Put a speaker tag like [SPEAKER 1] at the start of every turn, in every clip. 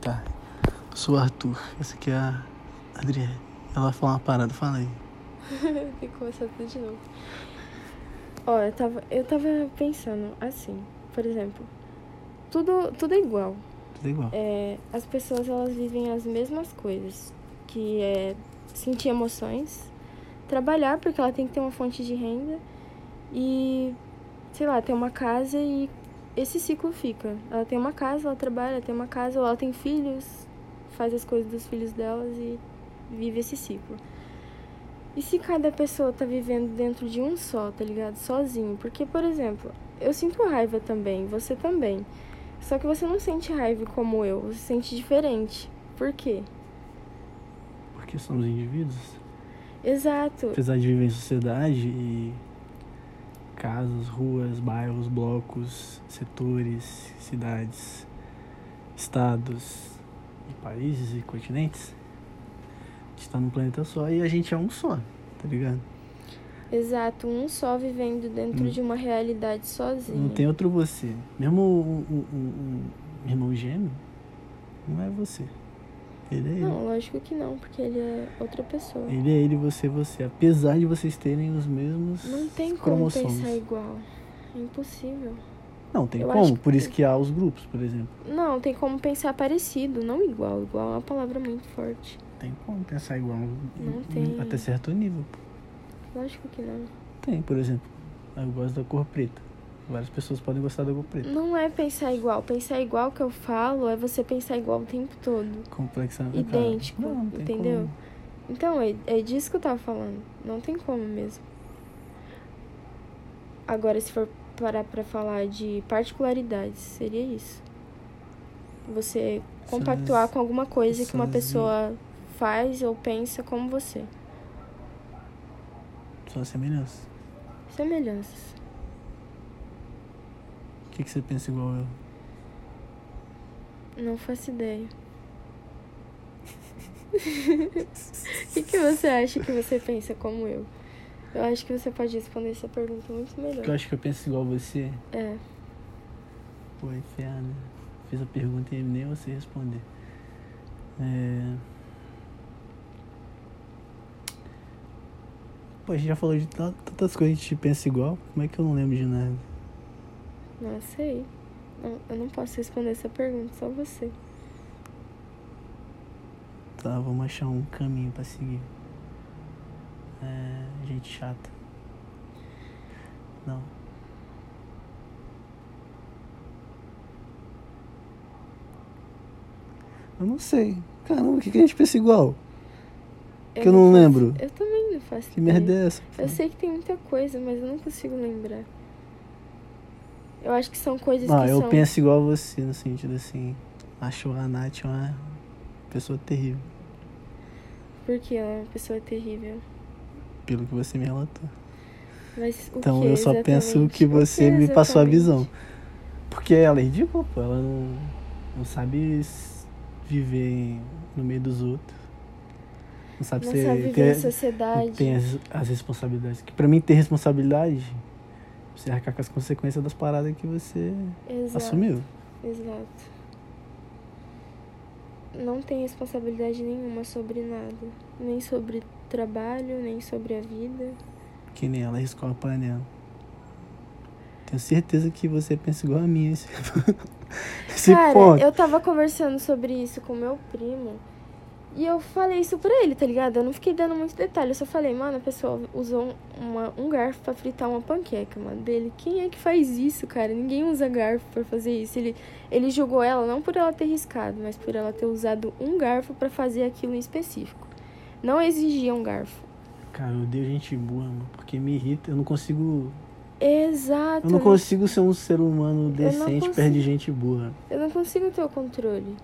[SPEAKER 1] Tá. Sou Arthur. Essa aqui é a Adriele. Ela falou uma parada, fala aí.
[SPEAKER 2] Tem que começar tudo de novo. Ó, eu tava, eu tava pensando assim, por exemplo, tudo, tudo é igual.
[SPEAKER 1] Tudo igual.
[SPEAKER 2] É, as pessoas elas vivem as mesmas coisas, que é sentir emoções, trabalhar porque ela tem que ter uma fonte de renda e sei lá, ter uma casa e esse ciclo fica. Ela tem uma casa, ela trabalha, ela tem uma casa, ela tem filhos, faz as coisas dos filhos delas e vive esse ciclo. E se cada pessoa tá vivendo dentro de um só, tá ligado? Sozinho. Porque, por exemplo, eu sinto raiva também, você também. Só que você não sente raiva como eu, você sente diferente. Por quê?
[SPEAKER 1] Porque somos indivíduos.
[SPEAKER 2] Exato.
[SPEAKER 1] Apesar de viver em sociedade e casas, ruas, bairros, blocos, setores, cidades, estados e países e continentes, a gente tá num planeta só e a gente é um só, tá ligado?
[SPEAKER 2] Exato, um só vivendo dentro de uma realidade sozinho.
[SPEAKER 1] Hum. Não tem outro você. Mesmo o, o- o- o irmão gêmeo, não é você. Ele é ele.
[SPEAKER 2] Não, lógico que não, porque ele é outra pessoa.
[SPEAKER 1] Ele é ele, você é você. Apesar de vocês terem os mesmos
[SPEAKER 2] Não tem como
[SPEAKER 1] cromossomos.
[SPEAKER 2] pensar igual. É impossível.
[SPEAKER 1] Não, tem
[SPEAKER 2] Eu acho
[SPEAKER 1] como.
[SPEAKER 2] que
[SPEAKER 1] Por isso
[SPEAKER 2] tem.
[SPEAKER 1] que há os grupos, por exemplo.
[SPEAKER 2] Não, tem como pensar parecido, não igual. Igual é uma palavra muito forte.
[SPEAKER 1] Tem como pensar igual.
[SPEAKER 2] Não tem.
[SPEAKER 1] Até certo nível.
[SPEAKER 2] Lógico que não.
[SPEAKER 1] Tem, por exemplo. Eu gosto da cor preta. Várias pessoas podem gostar da cor preta.
[SPEAKER 2] Não é pensar igual. Pensar igual que eu falo é você pensar igual o tempo todo.
[SPEAKER 1] Complexamente.
[SPEAKER 2] Hum, Idêntico,
[SPEAKER 1] Não, não tem
[SPEAKER 2] entendeu?
[SPEAKER 1] como.
[SPEAKER 2] Então, é, é disso que eu tava falando. Não tem como mesmo. Agora, se for parar pra falar de particularidades, seria isso. Você compactuar
[SPEAKER 1] Sozi-
[SPEAKER 2] com alguma coisa que uma
[SPEAKER 1] sozinho.
[SPEAKER 2] pessoa faz ou pensa como você.
[SPEAKER 1] Só semelhança.
[SPEAKER 2] Semelhanças.
[SPEAKER 1] O que, que você pensa igual eu?
[SPEAKER 2] Não faço ideia. O que, que você acha que você pensa como eu? Eu acho que você pode responder essa pergunta muito melhor.
[SPEAKER 1] Porque eu acho que eu penso igual você.
[SPEAKER 2] É.
[SPEAKER 1] Pô, inferno. Fiz a pergunta e nem você responder. É... Pô, a gente já falou de tan- tantas coisas que a gente pensa igual. Como é que eu não lembro de nada?
[SPEAKER 2] Não sei. Não, eu não posso responder essa pergunta, só você.
[SPEAKER 1] Tá, vamos achar um caminho pra seguir. É... Gente chata. Não. Eu não sei. Caramba, o que, que a gente pensa igual? Que eu não
[SPEAKER 2] faço-
[SPEAKER 1] lembro.
[SPEAKER 2] Eu também não faço
[SPEAKER 1] Que
[SPEAKER 2] ideia.
[SPEAKER 1] merda é essa? pô?
[SPEAKER 2] Eu sei que tem muita coisa, mas eu não consigo lembrar. Eu acho que são coisas
[SPEAKER 1] Ah,
[SPEAKER 2] que
[SPEAKER 1] eu
[SPEAKER 2] são.
[SPEAKER 1] penso igual você, no sentido assim. Acho a Nath uma pessoa terrível,
[SPEAKER 2] Porque ela é uma pessoa terrível.
[SPEAKER 1] pelo que você me relatou.
[SPEAKER 2] Mas o
[SPEAKER 1] Então
[SPEAKER 2] que
[SPEAKER 1] eu só penso o
[SPEAKER 2] exatamente?
[SPEAKER 1] que você me passou a
[SPEAKER 2] exatamente?
[SPEAKER 1] visão. Porque ela é ridícula, pô. Ela não, não sabe s- viver em- no meio dos outros. Não sabe
[SPEAKER 2] Não
[SPEAKER 1] ser.
[SPEAKER 2] sabe viver
[SPEAKER 1] ter-
[SPEAKER 2] em sociedade.
[SPEAKER 1] tem as, é as responsabilidades. Que pra mim, ter responsabilidade, você arcar com as consequências das paradas que você
[SPEAKER 2] Exato.
[SPEAKER 1] assumiu.
[SPEAKER 2] Exato. Não tem responsabilidade nenhuma sobre nada. Nem sobre trabalho, nem sobre a vida.
[SPEAKER 1] Que nem ela riscou a panela. Tenho certeza que você pensa igual a mim. Esse, esse
[SPEAKER 2] Cara,
[SPEAKER 1] ponto.
[SPEAKER 2] eu tava conversando sobre isso com meu primo. E eu falei isso pra ele, tá ligado? Eu não fiquei dando muito detalhe. Eu só falei, mano, a pessoa usou um- uma, um garfo pra fritar uma panqueca, mano. Dele, quem é que faz isso, cara? Ninguém usa garfo pra fazer isso. Ele, ele julgou ela não por ela ter riscado, mas por ela ter usado um garfo pra fazer aquilo em específico. Não exigia um garfo.
[SPEAKER 1] Cara, eu odeio gente burra, mano. Porque me irrita. Eu não consigo.
[SPEAKER 2] Exato.
[SPEAKER 1] Eu não consigo ser um ser humano
[SPEAKER 2] Eu não
[SPEAKER 1] decente
[SPEAKER 2] consigo.
[SPEAKER 1] perto de gente burra.
[SPEAKER 2] Eu não consigo ter o controle.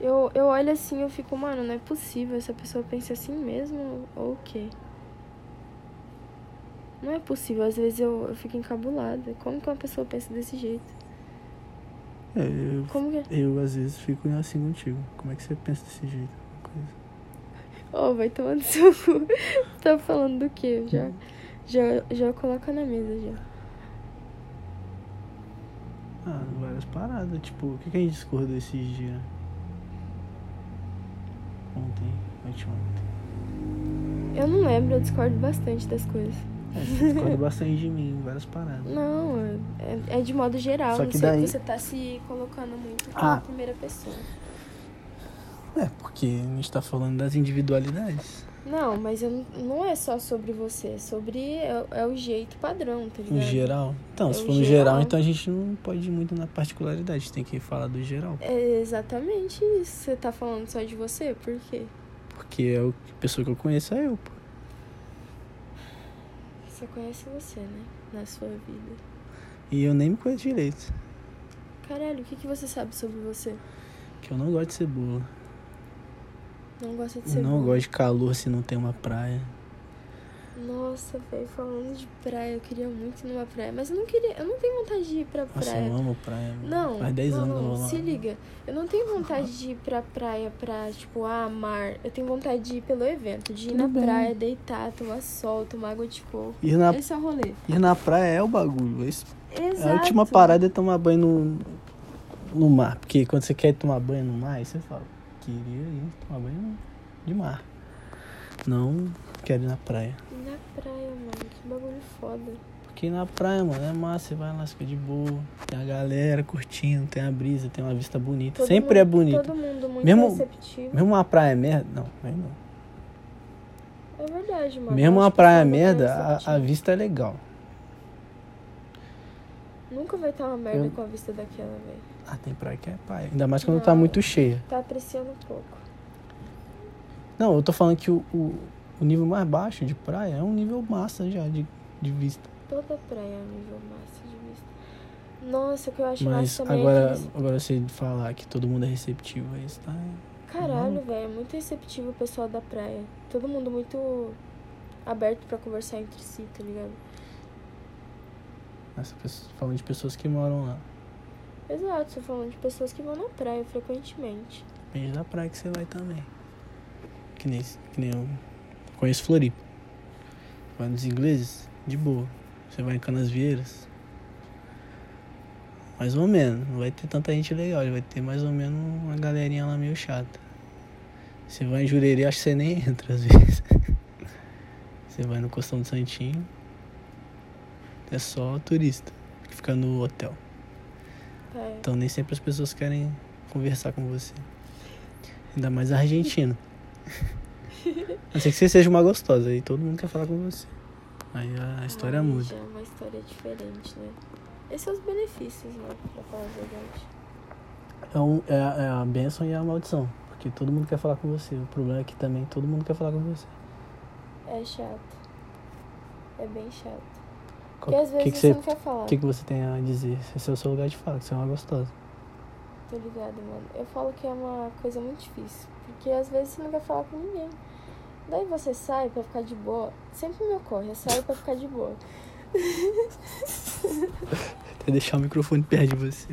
[SPEAKER 2] Eu, eu olho assim eu fico, mano, não é possível. Essa pessoa pensa assim mesmo ou o quê? Não é possível. Às vezes eu, eu fico encabulada. Como que uma pessoa pensa desse jeito?
[SPEAKER 1] É, Eu,
[SPEAKER 2] Como que é?
[SPEAKER 1] eu às vezes fico assim contigo. Como é que você pensa desse jeito? Coisa.
[SPEAKER 2] Oh, vai tomando seu cu. tá falando do quê? Já, já, já coloca na mesa já.
[SPEAKER 1] Ah, várias paradas. Tipo, o que, que a gente discordou esses dias? Ontem, anteontem.
[SPEAKER 2] Eu não lembro, eu discordo bastante das coisas.
[SPEAKER 1] É, você discorda bastante de mim, várias paradas.
[SPEAKER 2] Não, é, é de modo geral.
[SPEAKER 1] Só
[SPEAKER 2] não
[SPEAKER 1] que
[SPEAKER 2] sei
[SPEAKER 1] daí-
[SPEAKER 2] que você tá se colocando muito na
[SPEAKER 1] Ah.
[SPEAKER 2] primeira pessoa.
[SPEAKER 1] É, porque a gente tá falando das individualidades.
[SPEAKER 2] Não, mas eu não, não é só sobre você, é sobre. É, é o jeito padrão, tá ligado?
[SPEAKER 1] No geral. Então, se
[SPEAKER 2] É o
[SPEAKER 1] for no geral,
[SPEAKER 2] geral.
[SPEAKER 1] então a gente não pode ir muito na particularidade. a gente Tem que falar do geral.
[SPEAKER 2] É exatamente isso. Você tá falando só de você? Por quê?
[SPEAKER 1] Porque é o- a pessoa que eu conheço é eu, pô.
[SPEAKER 2] Só conhece você, né? Na sua vida.
[SPEAKER 1] E eu nem me conheço direito.
[SPEAKER 2] Caralho, o que, que você sabe sobre você?
[SPEAKER 1] Que eu não gosto de cebola.
[SPEAKER 2] Não gosta de
[SPEAKER 1] Eu
[SPEAKER 2] ser
[SPEAKER 1] não
[SPEAKER 2] bom.
[SPEAKER 1] gosto de calor se não tem uma praia.
[SPEAKER 2] Nossa, velho, falando de praia, eu queria muito ir numa praia, mas eu não queria, eu não tenho vontade de ir pra
[SPEAKER 1] Nossa, é
[SPEAKER 2] praia.
[SPEAKER 1] eu amo praia. mano.
[SPEAKER 2] Não,
[SPEAKER 1] Faz 10
[SPEAKER 2] não,
[SPEAKER 1] anos que eu não
[SPEAKER 2] não,
[SPEAKER 1] vou lá.
[SPEAKER 2] se liga. Eu não tenho vontade de ir pra praia pra, tipo, ah, mar. Eu tenho vontade de ir pelo evento, de ir
[SPEAKER 1] Tudo
[SPEAKER 2] na
[SPEAKER 1] bem.
[SPEAKER 2] praia, deitar, tomar sol, tomar água de coco.
[SPEAKER 1] Ir na,
[SPEAKER 2] Esse é o rolê.
[SPEAKER 1] ir na praia é o bagulho. Isso
[SPEAKER 2] Exato.
[SPEAKER 1] A última parada é tomar banho no, no mar. Porque quando você quer tomar banho no mar, aí você fala, queria ir tomar banho de mar. Não quero ir na praia.
[SPEAKER 2] E Na praia, mano, que bagulho foda.
[SPEAKER 1] Porque na praia, mano, é massa, você vai lá, fica de boa. Tem a galera curtindo, tem a brisa, tem uma vista bonita.
[SPEAKER 2] Todo
[SPEAKER 1] Sempre
[SPEAKER 2] mundo-
[SPEAKER 1] é bonito.
[SPEAKER 2] Todo mundo muito
[SPEAKER 1] Mesmo-
[SPEAKER 2] receptivo.
[SPEAKER 1] Mesmo uma praia merda. Não, aí não.
[SPEAKER 2] É verdade, mano.
[SPEAKER 1] Mesmo
[SPEAKER 2] Eu
[SPEAKER 1] uma
[SPEAKER 2] acho que
[SPEAKER 1] praia
[SPEAKER 2] todo mundo é
[SPEAKER 1] merda, a, a
[SPEAKER 2] receptivo.
[SPEAKER 1] vista é legal.
[SPEAKER 2] Nunca vai estar uma merda
[SPEAKER 1] Eu-
[SPEAKER 2] com a vista daquela, velho.
[SPEAKER 1] Ah, tem praia que é praia. Ainda mais quando tá
[SPEAKER 2] Não.
[SPEAKER 1] muito cheia.
[SPEAKER 2] Tá apreciando um pouco.
[SPEAKER 1] Não, eu tô falando que o, o, o nível mais baixo de praia é um nível massa já de, de vista.
[SPEAKER 2] Toda praia é um nível massa de vista. Nossa, o que eu acho
[SPEAKER 1] Mas
[SPEAKER 2] massa também é
[SPEAKER 1] agora,
[SPEAKER 2] aqueles...
[SPEAKER 1] agora você falar que todo mundo é receptivo a isso, tá?
[SPEAKER 2] Caralho,
[SPEAKER 1] Uhum.
[SPEAKER 2] velho, é muito receptivo o pessoal da praia. Todo mundo muito aberto pra conversar entre si, tá ligado?
[SPEAKER 1] Essa pessoa, falando de pessoas que moram lá.
[SPEAKER 2] Exato, tô falando de pessoas que vão na praia frequentemente.
[SPEAKER 1] Depende da praia que você vai também. Que nem, que nem eu conheço Floripa. Vai nos ingleses, de boa. Você vai em Canas Vieiras. Mais ou menos. Não vai ter tanta gente legal. Vai ter mais ou menos uma galerinha lá meio chata. Você vai em Jurerê, acho que você nem entra às vezes. Você vai no Costão do Santinho. É só turista que fica no hotel.
[SPEAKER 2] É.
[SPEAKER 1] Então nem sempre as pessoas querem conversar com você. Ainda mais argentino. A não ser que você seja uma gostosa e todo mundo quer falar com você. Aí a, a história
[SPEAKER 2] Aí
[SPEAKER 1] muda.
[SPEAKER 2] Já é uma história diferente, né? Esses são os benefícios, né? Pra falar a verdade.
[SPEAKER 1] É, um- é a- é a bênção e a maldição. Porque todo mundo quer falar com você. O problema é que também todo mundo quer falar com você.
[SPEAKER 2] É chato. É bem chato.
[SPEAKER 1] O
[SPEAKER 2] Porque às vezes
[SPEAKER 1] que, que,
[SPEAKER 2] você
[SPEAKER 1] você,
[SPEAKER 2] não quer falar.
[SPEAKER 1] que, que você tem a dizer? Esse é o seu lugar de fala, que você é uma gostosa.
[SPEAKER 2] Tô ligado, mano. Eu falo que é uma coisa muito difícil. Porque às vezes você não quer falar com ninguém. Daí você sai pra ficar de boa. Sempre me ocorre, eu saio pra ficar de boa.
[SPEAKER 1] Até deixar o microfone perto de você.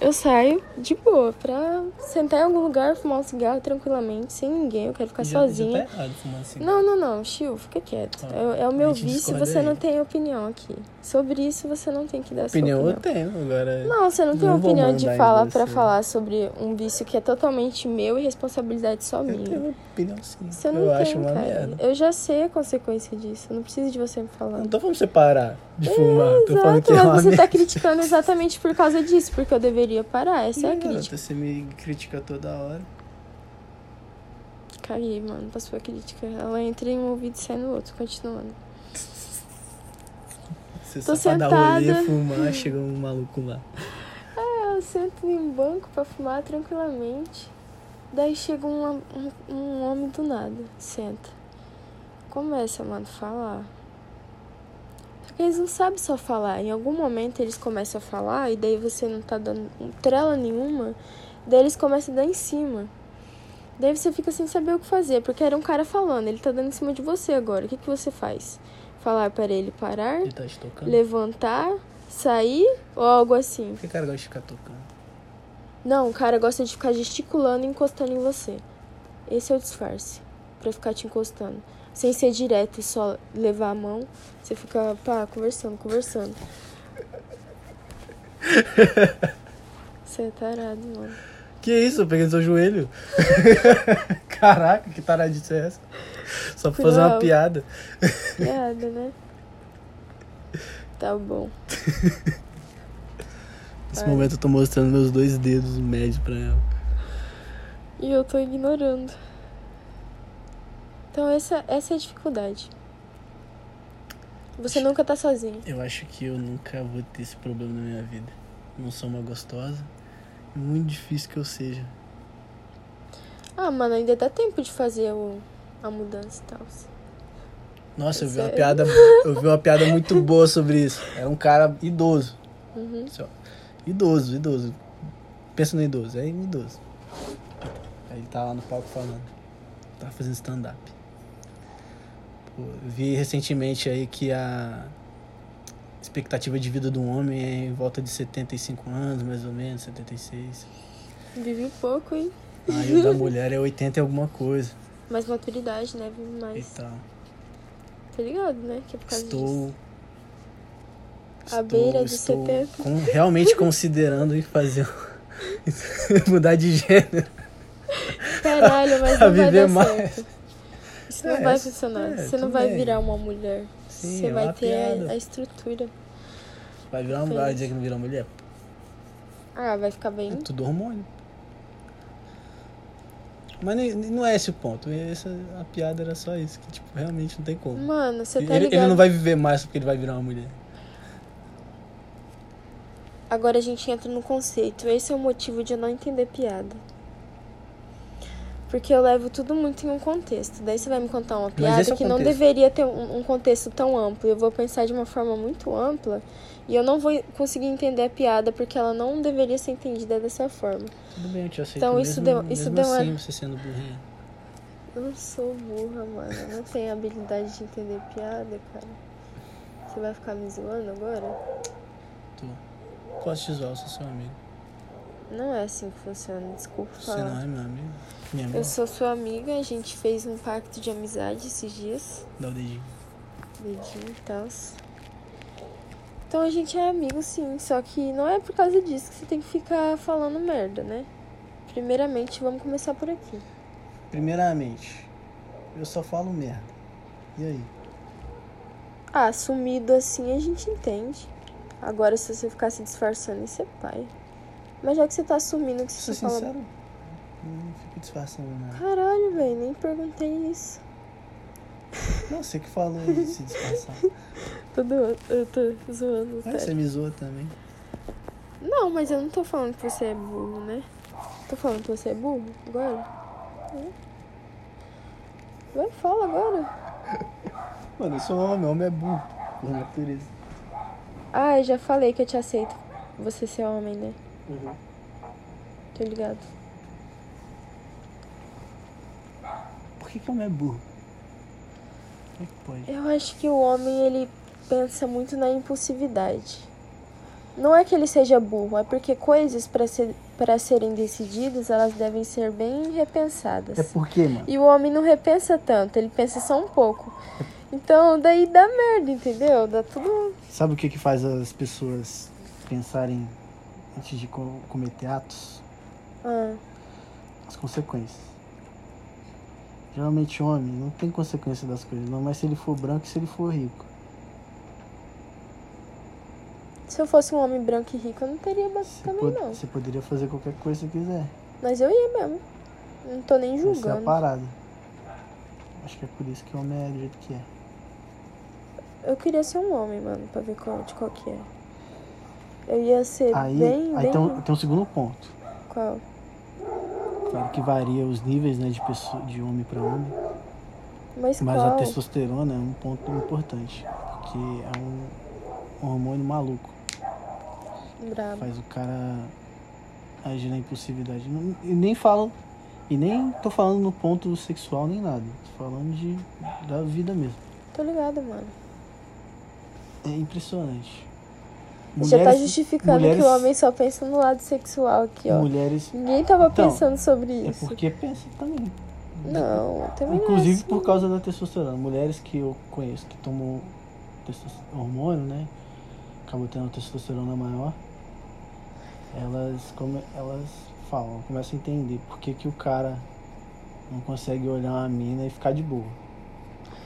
[SPEAKER 2] Eu saio de boa pra sentar em algum lugar, fumar um cigarro tranquilamente, sem ninguém. Eu quero ficar
[SPEAKER 1] Já- já
[SPEAKER 2] sozinha.
[SPEAKER 1] tá errado fumar assim.
[SPEAKER 2] Não, não, não, Chiu, fica quieto.
[SPEAKER 1] Ah,
[SPEAKER 2] É, é o
[SPEAKER 1] a
[SPEAKER 2] meu
[SPEAKER 1] gente
[SPEAKER 2] vício,
[SPEAKER 1] discorda
[SPEAKER 2] você não
[SPEAKER 1] aí.
[SPEAKER 2] tem opinião aqui. Sobre isso você não tem que dar
[SPEAKER 1] Opinião
[SPEAKER 2] sua
[SPEAKER 1] eu
[SPEAKER 2] opinião.
[SPEAKER 1] tenho, agora.
[SPEAKER 2] Não, você não tem
[SPEAKER 1] Não vou
[SPEAKER 2] opinião de
[SPEAKER 1] mandar em
[SPEAKER 2] falar pra
[SPEAKER 1] você.
[SPEAKER 2] falar sobre um vício que é totalmente meu e responsabilidade só
[SPEAKER 1] eu
[SPEAKER 2] minha.
[SPEAKER 1] tenho opinião sim.
[SPEAKER 2] Você
[SPEAKER 1] eu
[SPEAKER 2] não tem,
[SPEAKER 1] acho uma
[SPEAKER 2] cara.
[SPEAKER 1] merda.
[SPEAKER 2] Eu já sei a consequência disso. Eu não preciso de você me
[SPEAKER 1] Eu
[SPEAKER 2] falar.
[SPEAKER 1] Não tô falando pra você parar de fumar. tô falando que é uma
[SPEAKER 2] mas você tá
[SPEAKER 1] merda.
[SPEAKER 2] criticando exatamente por causa disso, porque eu deveria parar. Essa é a
[SPEAKER 1] Não, garota,
[SPEAKER 2] crítica.
[SPEAKER 1] Você me critica toda hora.
[SPEAKER 2] Caguei, mano, pra sua crítica. Ela entra em um ouvido e sai no outro. Continuando.
[SPEAKER 1] Você
[SPEAKER 2] Tô
[SPEAKER 1] só pra dar rolê,
[SPEAKER 2] sentada.
[SPEAKER 1] fumar, chega um maluco lá.
[SPEAKER 2] Eu sento em um banco pra fumar tranquilamente. Daí chega um, um, um homem do nada, senta. Começa, mano, a falar. Só que eles não sabem só falar. Em algum momento eles começam a falar e daí você não tá dando trela nenhuma. Daí eles começam a dar em cima. Daí você fica sem saber o que fazer, porque era um cara falando, ele tá dando em cima de você agora. O que, que você faz? Falar para ele parar,
[SPEAKER 1] Ele tá te tocando?
[SPEAKER 2] levantar, sair ou algo assim?
[SPEAKER 1] Por que cara gosta de ficar tocando?
[SPEAKER 2] Não, o cara gosta de ficar gesticulando e encostando em você. Esse é o disfarce. Pra ficar te encostando. Sem ser direto e só levar a mão, você fica, pá, conversando, conversando. Você é tarado, mano.
[SPEAKER 1] O Que isso? Eu peguei no seu joelho. Caraca, que taradice é essa? Só pra fazer uma
[SPEAKER 2] Não.
[SPEAKER 1] piada.
[SPEAKER 2] Piada, né? Tá bom.
[SPEAKER 1] Nesse
[SPEAKER 2] Ai.
[SPEAKER 1] momento eu tô mostrando meus dois dedos médios pra ela.
[SPEAKER 2] E eu tô ignorando. Então essa, essa é a dificuldade. Você nunca tá sozinho.
[SPEAKER 1] Eu acho que eu nunca vou ter esse problema na minha vida. Não sou uma gostosa. É muito difícil que eu seja.
[SPEAKER 2] Ah, mano, ainda dá tempo de fazer o, a mudança e tal.
[SPEAKER 1] Nossa, eu vi uma
[SPEAKER 2] Sério?
[SPEAKER 1] piada, eu vi uma piada muito boa sobre isso. Era um cara idoso.
[SPEAKER 2] Uhum.
[SPEAKER 1] Assim, ó. Idoso, idoso. Pensa no idoso, é um idoso. Aí ele tá lá no palco falando. Tá fazendo stand-up. Pô, eu vi recentemente aí que a expectativa de vida do homem é em volta de 75 anos, mais ou menos, 76.
[SPEAKER 2] Vive um pouco, hein?
[SPEAKER 1] Aí o da mulher é 80 e alguma coisa
[SPEAKER 2] Mais maturidade, né? Vive
[SPEAKER 1] e
[SPEAKER 2] mais.
[SPEAKER 1] tal.
[SPEAKER 2] Tá ligado, né? Que é por causa
[SPEAKER 1] Estou.
[SPEAKER 2] disso. À beira de 70.
[SPEAKER 1] com- realmente considerando em fazer. mudar de gênero.
[SPEAKER 2] Caralho, mas
[SPEAKER 1] a
[SPEAKER 2] não vai
[SPEAKER 1] viver
[SPEAKER 2] dar
[SPEAKER 1] mais.
[SPEAKER 2] certo. Isso não
[SPEAKER 1] É,
[SPEAKER 2] vai
[SPEAKER 1] isso-
[SPEAKER 2] funcionar.
[SPEAKER 1] é,
[SPEAKER 2] Você não
[SPEAKER 1] tudo
[SPEAKER 2] vai
[SPEAKER 1] bem.
[SPEAKER 2] virar uma mulher.
[SPEAKER 1] Sim, é
[SPEAKER 2] Você
[SPEAKER 1] uma
[SPEAKER 2] vai ter
[SPEAKER 1] piada.
[SPEAKER 2] a, a estrutura.
[SPEAKER 1] Vai virar um vai dizer que não virou mulher.
[SPEAKER 2] Ah, vai ficar bem.
[SPEAKER 1] É tudo hormônio. Mas nem- nem- não é esse o ponto. Essa, a piada era só isso, que tipo, realmente não tem como.
[SPEAKER 2] Mano, você tá
[SPEAKER 1] ele,
[SPEAKER 2] ligado?
[SPEAKER 1] ele não vai viver mais porque ele vai virar uma mulher.
[SPEAKER 2] Agora a gente entra no conceito. Esse é o motivo de eu não entender piada. Porque eu levo tudo muito em um contexto. Daí você vai me contar uma piada
[SPEAKER 1] esse é o
[SPEAKER 2] que não
[SPEAKER 1] contexto.
[SPEAKER 2] deveria ter um, um contexto tão amplo. Eu vou pensar de uma forma muito ampla e eu não vou conseguir entender a piada porque ela não deveria ser entendida dessa forma.
[SPEAKER 1] Tudo bem, eu te aceito.
[SPEAKER 2] Então, isso
[SPEAKER 1] mesmo,
[SPEAKER 2] deu- isso
[SPEAKER 1] mesmo
[SPEAKER 2] deu uma-
[SPEAKER 1] assim, você sendo burrinha.
[SPEAKER 2] Eu não sou burra, mano. Eu não tenho habilidade de entender piada, cara. Você vai ficar me zoando agora?
[SPEAKER 1] Posso te zoar, eu sou seu amigo.
[SPEAKER 2] Não é assim que funciona, desculpa
[SPEAKER 1] Você
[SPEAKER 2] falar.
[SPEAKER 1] não é meu amigo. Minha amiga.
[SPEAKER 2] Eu sou sua amiga, a gente fez um pacto de amizade esses dias,
[SPEAKER 1] Dá o dedinho.
[SPEAKER 2] dedinho e tal. Então a gente é amigo sim, só que não é por causa disso que você tem que ficar falando merda, né? Primeiramente, vamos começar por aqui.
[SPEAKER 1] Primeiramente, eu só falo merda. E aí?
[SPEAKER 2] Ah, sumido assim a gente entende. Agora, se você ficar se disfarçando, isso é pai. Mas já que você tá assumindo que
[SPEAKER 1] Sou
[SPEAKER 2] você tá falando.
[SPEAKER 1] sincero, eu não fico disfarçando nada.
[SPEAKER 2] Caralho, velho, nem perguntei isso.
[SPEAKER 1] Não, você que falou de se disfarçar.
[SPEAKER 2] Tô doando- eu tô zoando,
[SPEAKER 1] Ah,
[SPEAKER 2] tá?
[SPEAKER 1] você me zoa também.
[SPEAKER 2] Não, mas eu não tô falando que você é burro, né? Tô falando que você é burro agora? Hum? Vai, fala agora.
[SPEAKER 1] Mano, eu sou homem, homem é burro. Por natureza.
[SPEAKER 2] Ah, eu já falei que eu te aceito você ser homem, né?
[SPEAKER 1] Uhum.
[SPEAKER 2] Tô ligado.
[SPEAKER 1] Por que, que homem é burro? Como é que pode?
[SPEAKER 2] Eu acho que o homem, ele pensa muito na impulsividade. Não é que ele seja burro, é porque coisas pra ser, pra serem decididas, elas devem ser bem repensadas.
[SPEAKER 1] É por quê, mano?
[SPEAKER 2] E o homem não repensa tanto, ele pensa só um pouco. Então, daí dá merda, entendeu? Dá tudo.
[SPEAKER 1] Sabe o que, que faz as pessoas pensarem antes de co- cometer atos?
[SPEAKER 2] Ah,
[SPEAKER 1] As consequências. Geralmente homem não tem consequência das coisas, não, mas se ele for branco e se ele for rico.
[SPEAKER 2] se eu fosse um homem branco e rico, eu não teria bafo
[SPEAKER 1] Você,
[SPEAKER 2] também,
[SPEAKER 1] pod-
[SPEAKER 2] não.
[SPEAKER 1] você poderia fazer qualquer coisa que você quiser.
[SPEAKER 2] Mas eu ia mesmo. Não tô nem
[SPEAKER 1] Essa é a
[SPEAKER 2] julgando.
[SPEAKER 1] parada. Acho que é por isso que o homem é do jeito que é.
[SPEAKER 2] Eu queria ser um homem, mano, pra ver qual, de qual que é. Eu ia ser
[SPEAKER 1] Aí,
[SPEAKER 2] É bem,
[SPEAKER 1] aí
[SPEAKER 2] bem.
[SPEAKER 1] tem, um- tem um segundo ponto.
[SPEAKER 2] Qual?
[SPEAKER 1] Claro que varia os níveis né, de, pessoa, de homem para homem,
[SPEAKER 2] Mas,
[SPEAKER 1] mas
[SPEAKER 2] qual?
[SPEAKER 1] a testosterona é um ponto importante, porque é um, um hormônio maluco,
[SPEAKER 2] Brabo.
[SPEAKER 1] faz o cara agir na impulsividade. Não- e nem falo, e nem tô falando no ponto sexual nem nada, tô falando de, da vida mesmo.
[SPEAKER 2] Tô ligado, mano.
[SPEAKER 1] É impressionante.
[SPEAKER 2] Você já tá justificando
[SPEAKER 1] mulheres-
[SPEAKER 2] que o homem só pensa no lado sexual aqui, ó.
[SPEAKER 1] mulheres
[SPEAKER 2] Ninguém tava
[SPEAKER 1] Então,
[SPEAKER 2] pensando sobre
[SPEAKER 1] é
[SPEAKER 2] isso.
[SPEAKER 1] porque pensa também.
[SPEAKER 2] Não, eu também não. é
[SPEAKER 1] Inclusive
[SPEAKER 2] assim.
[SPEAKER 1] por causa da testosterona. Mulheres que eu conheço que tomam testos- hormônio, né? Acabam tendo testosterona maior. Elas, come- elas falam, eu começo a entender por que, que o cara não consegue olhar uma mina e ficar de boa.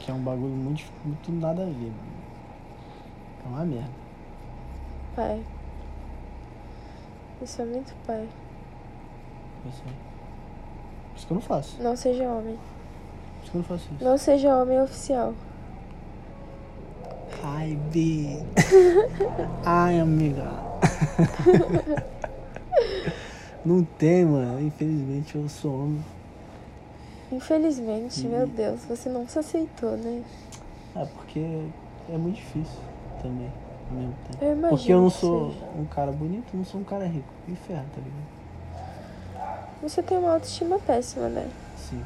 [SPEAKER 1] Que é um bagulho muito, muito nada a ver, mano. É uma merda.
[SPEAKER 2] Pai. Isso é muito pai.
[SPEAKER 1] Isso é- Por isso que eu não faço.
[SPEAKER 2] Não seja homem.
[SPEAKER 1] Por isso que eu não faço isso.
[SPEAKER 2] Não seja homem oficial.
[SPEAKER 1] Ai, B. Ai, amiga. não tem, mano. Infelizmente eu sou homem.
[SPEAKER 2] Infelizmente,
[SPEAKER 1] Uhum.
[SPEAKER 2] meu Deus, você não se aceitou, né?
[SPEAKER 1] É porque é muito difícil também. Ao mesmo tempo.
[SPEAKER 2] Eu imagino.
[SPEAKER 1] Porque eu não
[SPEAKER 2] que
[SPEAKER 1] sou
[SPEAKER 2] seja.
[SPEAKER 1] um cara bonito, não sou um cara rico. Me ferra, tá ligado?
[SPEAKER 2] Você tem uma autoestima péssima, né?
[SPEAKER 1] Sim.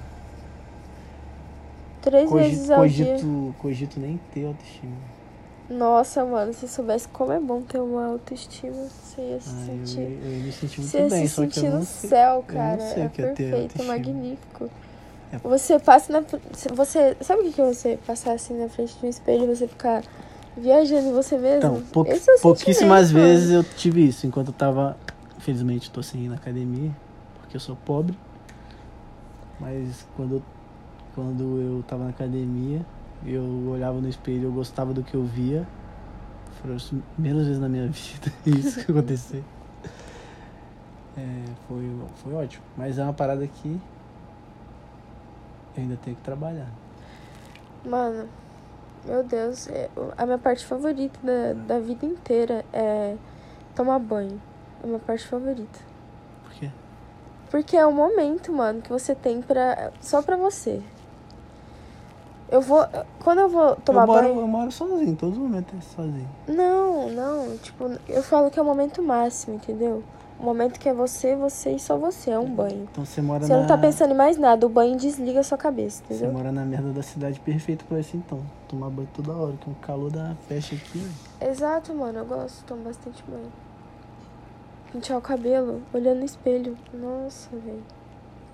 [SPEAKER 2] Três vezes
[SPEAKER 1] Cogito,
[SPEAKER 2] ao dia.
[SPEAKER 1] cogito, cogito nem ter autoestima.
[SPEAKER 2] Nossa, mano, se soubesse como é bom ter uma autoestima, você ia se
[SPEAKER 1] Ai, eu,
[SPEAKER 2] sentir.
[SPEAKER 1] eu ia me senti muito
[SPEAKER 2] Você ia
[SPEAKER 1] bem,
[SPEAKER 2] se
[SPEAKER 1] só que
[SPEAKER 2] sentir
[SPEAKER 1] eu
[SPEAKER 2] no
[SPEAKER 1] não sei.
[SPEAKER 2] céu,
[SPEAKER 1] não
[SPEAKER 2] cara.
[SPEAKER 1] sei
[SPEAKER 2] é
[SPEAKER 1] o que é ter
[SPEAKER 2] perfeito,
[SPEAKER 1] autoestima.
[SPEAKER 2] magnífico.
[SPEAKER 1] É-
[SPEAKER 2] Você passa na. fr- Você. Sabe o que que é você passar assim na frente de um espelho e você ficar viajando em você mesmo?
[SPEAKER 1] Então, pou-
[SPEAKER 2] Esse é o
[SPEAKER 1] pouquíssimas
[SPEAKER 2] sentimento,
[SPEAKER 1] vezes eu tive isso. Enquanto eu tava. Infelizmente, tô sem ir na academia, porque eu sou pobre. Mas quando, quando eu tava na academia, eu olhava no espelho, eu gostava do que eu via. Foram as primeiras vezes na minha vida isso que aconteceu. É, foi, foi ótimo. Mas é uma parada que eu ainda tenho que trabalhar.
[SPEAKER 2] Mano, meu Deus, é- a minha parte favorita da, da vida inteira é tomar banho. É a minha parte favorita.
[SPEAKER 1] Por quê?
[SPEAKER 2] Porque é o momento, mano, que você tem pra, só pra você. Eu vou. Quando eu vou tomar
[SPEAKER 1] eu, moro,
[SPEAKER 2] banho.
[SPEAKER 1] eu moro sozinho, em todo momento é sozinho.
[SPEAKER 2] Não, não. Tipo, eu falo que é o momento máximo, entendeu? O momento que é você, você e só você. É um banho.
[SPEAKER 1] Então você mora
[SPEAKER 2] Você não tá
[SPEAKER 1] na-
[SPEAKER 2] pensando em mais nada. O banho desliga a sua cabeça,
[SPEAKER 1] Você
[SPEAKER 2] entendeu?
[SPEAKER 1] mora na merda da cidade perfeito pra isso então. Tomar banho toda hora, que é um calor da peste aqui. velho.
[SPEAKER 2] Exato, mano. Eu gosto, tomo bastante banho. Pentear o cabelo, olhando no espelho. Nossa, velho.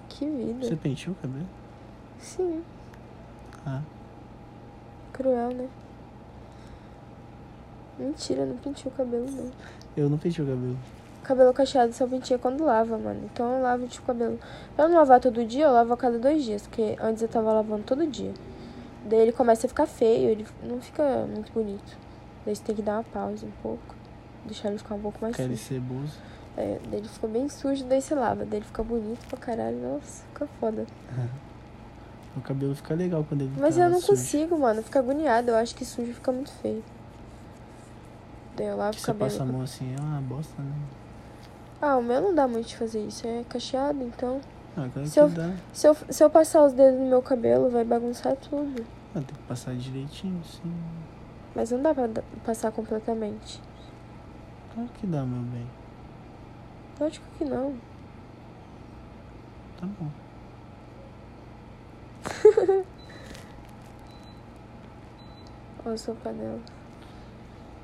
[SPEAKER 2] Que vida.
[SPEAKER 1] Você penteou o cabelo?
[SPEAKER 2] Sim.
[SPEAKER 1] Ah.
[SPEAKER 2] Cruel, né? Mentira, eu não pentei o cabelo, não.
[SPEAKER 1] Eu não pentei o cabelo.
[SPEAKER 2] Cabelo cacheado só penteia quando lava, mano. Então eu lavo, tipo, o cabelo. Pra não lavar todo dia, eu lavo a cada dois dias. Porque antes eu tava lavando todo dia. Daí ele começa a ficar feio, ele não fica muito bonito. Daí você tem que dar uma pausa um pouco. Deixar ele ficar um pouco mais
[SPEAKER 1] Quero
[SPEAKER 2] sujo.
[SPEAKER 1] ser bozo.
[SPEAKER 2] É, daí ele fica bem sujo, daí você lava. Daí ele fica bonito pra caralho. Nossa, fica foda.
[SPEAKER 1] Meu cabelo fica legal quando ele
[SPEAKER 2] Mas
[SPEAKER 1] tá
[SPEAKER 2] eu não
[SPEAKER 1] sujo.
[SPEAKER 2] consigo, mano. Fica agoniada. Eu acho que sujo fica muito feio. Daí eu lavo
[SPEAKER 1] Que
[SPEAKER 2] o
[SPEAKER 1] você
[SPEAKER 2] cabelo.
[SPEAKER 1] passa a mão assim, é uma bosta, né?
[SPEAKER 2] Ah, o meu não dá muito de fazer isso. É cacheado, então.
[SPEAKER 1] Ah, claro
[SPEAKER 2] Se eu-
[SPEAKER 1] que dá.
[SPEAKER 2] Se eu, se eu passar os dedos no meu cabelo, vai bagunçar tudo.
[SPEAKER 1] Ah, tem que passar direitinho, assim.
[SPEAKER 2] Mas não dá pra da- passar completamente.
[SPEAKER 1] Claro que dá, meu bem.
[SPEAKER 2] Lógico que não.
[SPEAKER 1] Tá bom.
[SPEAKER 2] Olha a sua panela.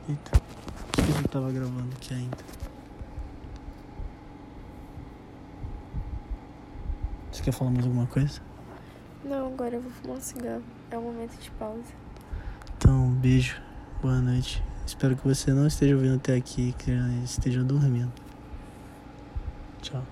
[SPEAKER 1] Eita. Acho que eu tava gravando aqui ainda. Você quer falar mais alguma coisa?
[SPEAKER 2] Não, agora eu vou fumar um cigarro. É o momento de pausa.
[SPEAKER 1] Então, um beijo, boa noite. Espero que você não esteja ouvindo até aqui, que esteja dormindo. Tchau.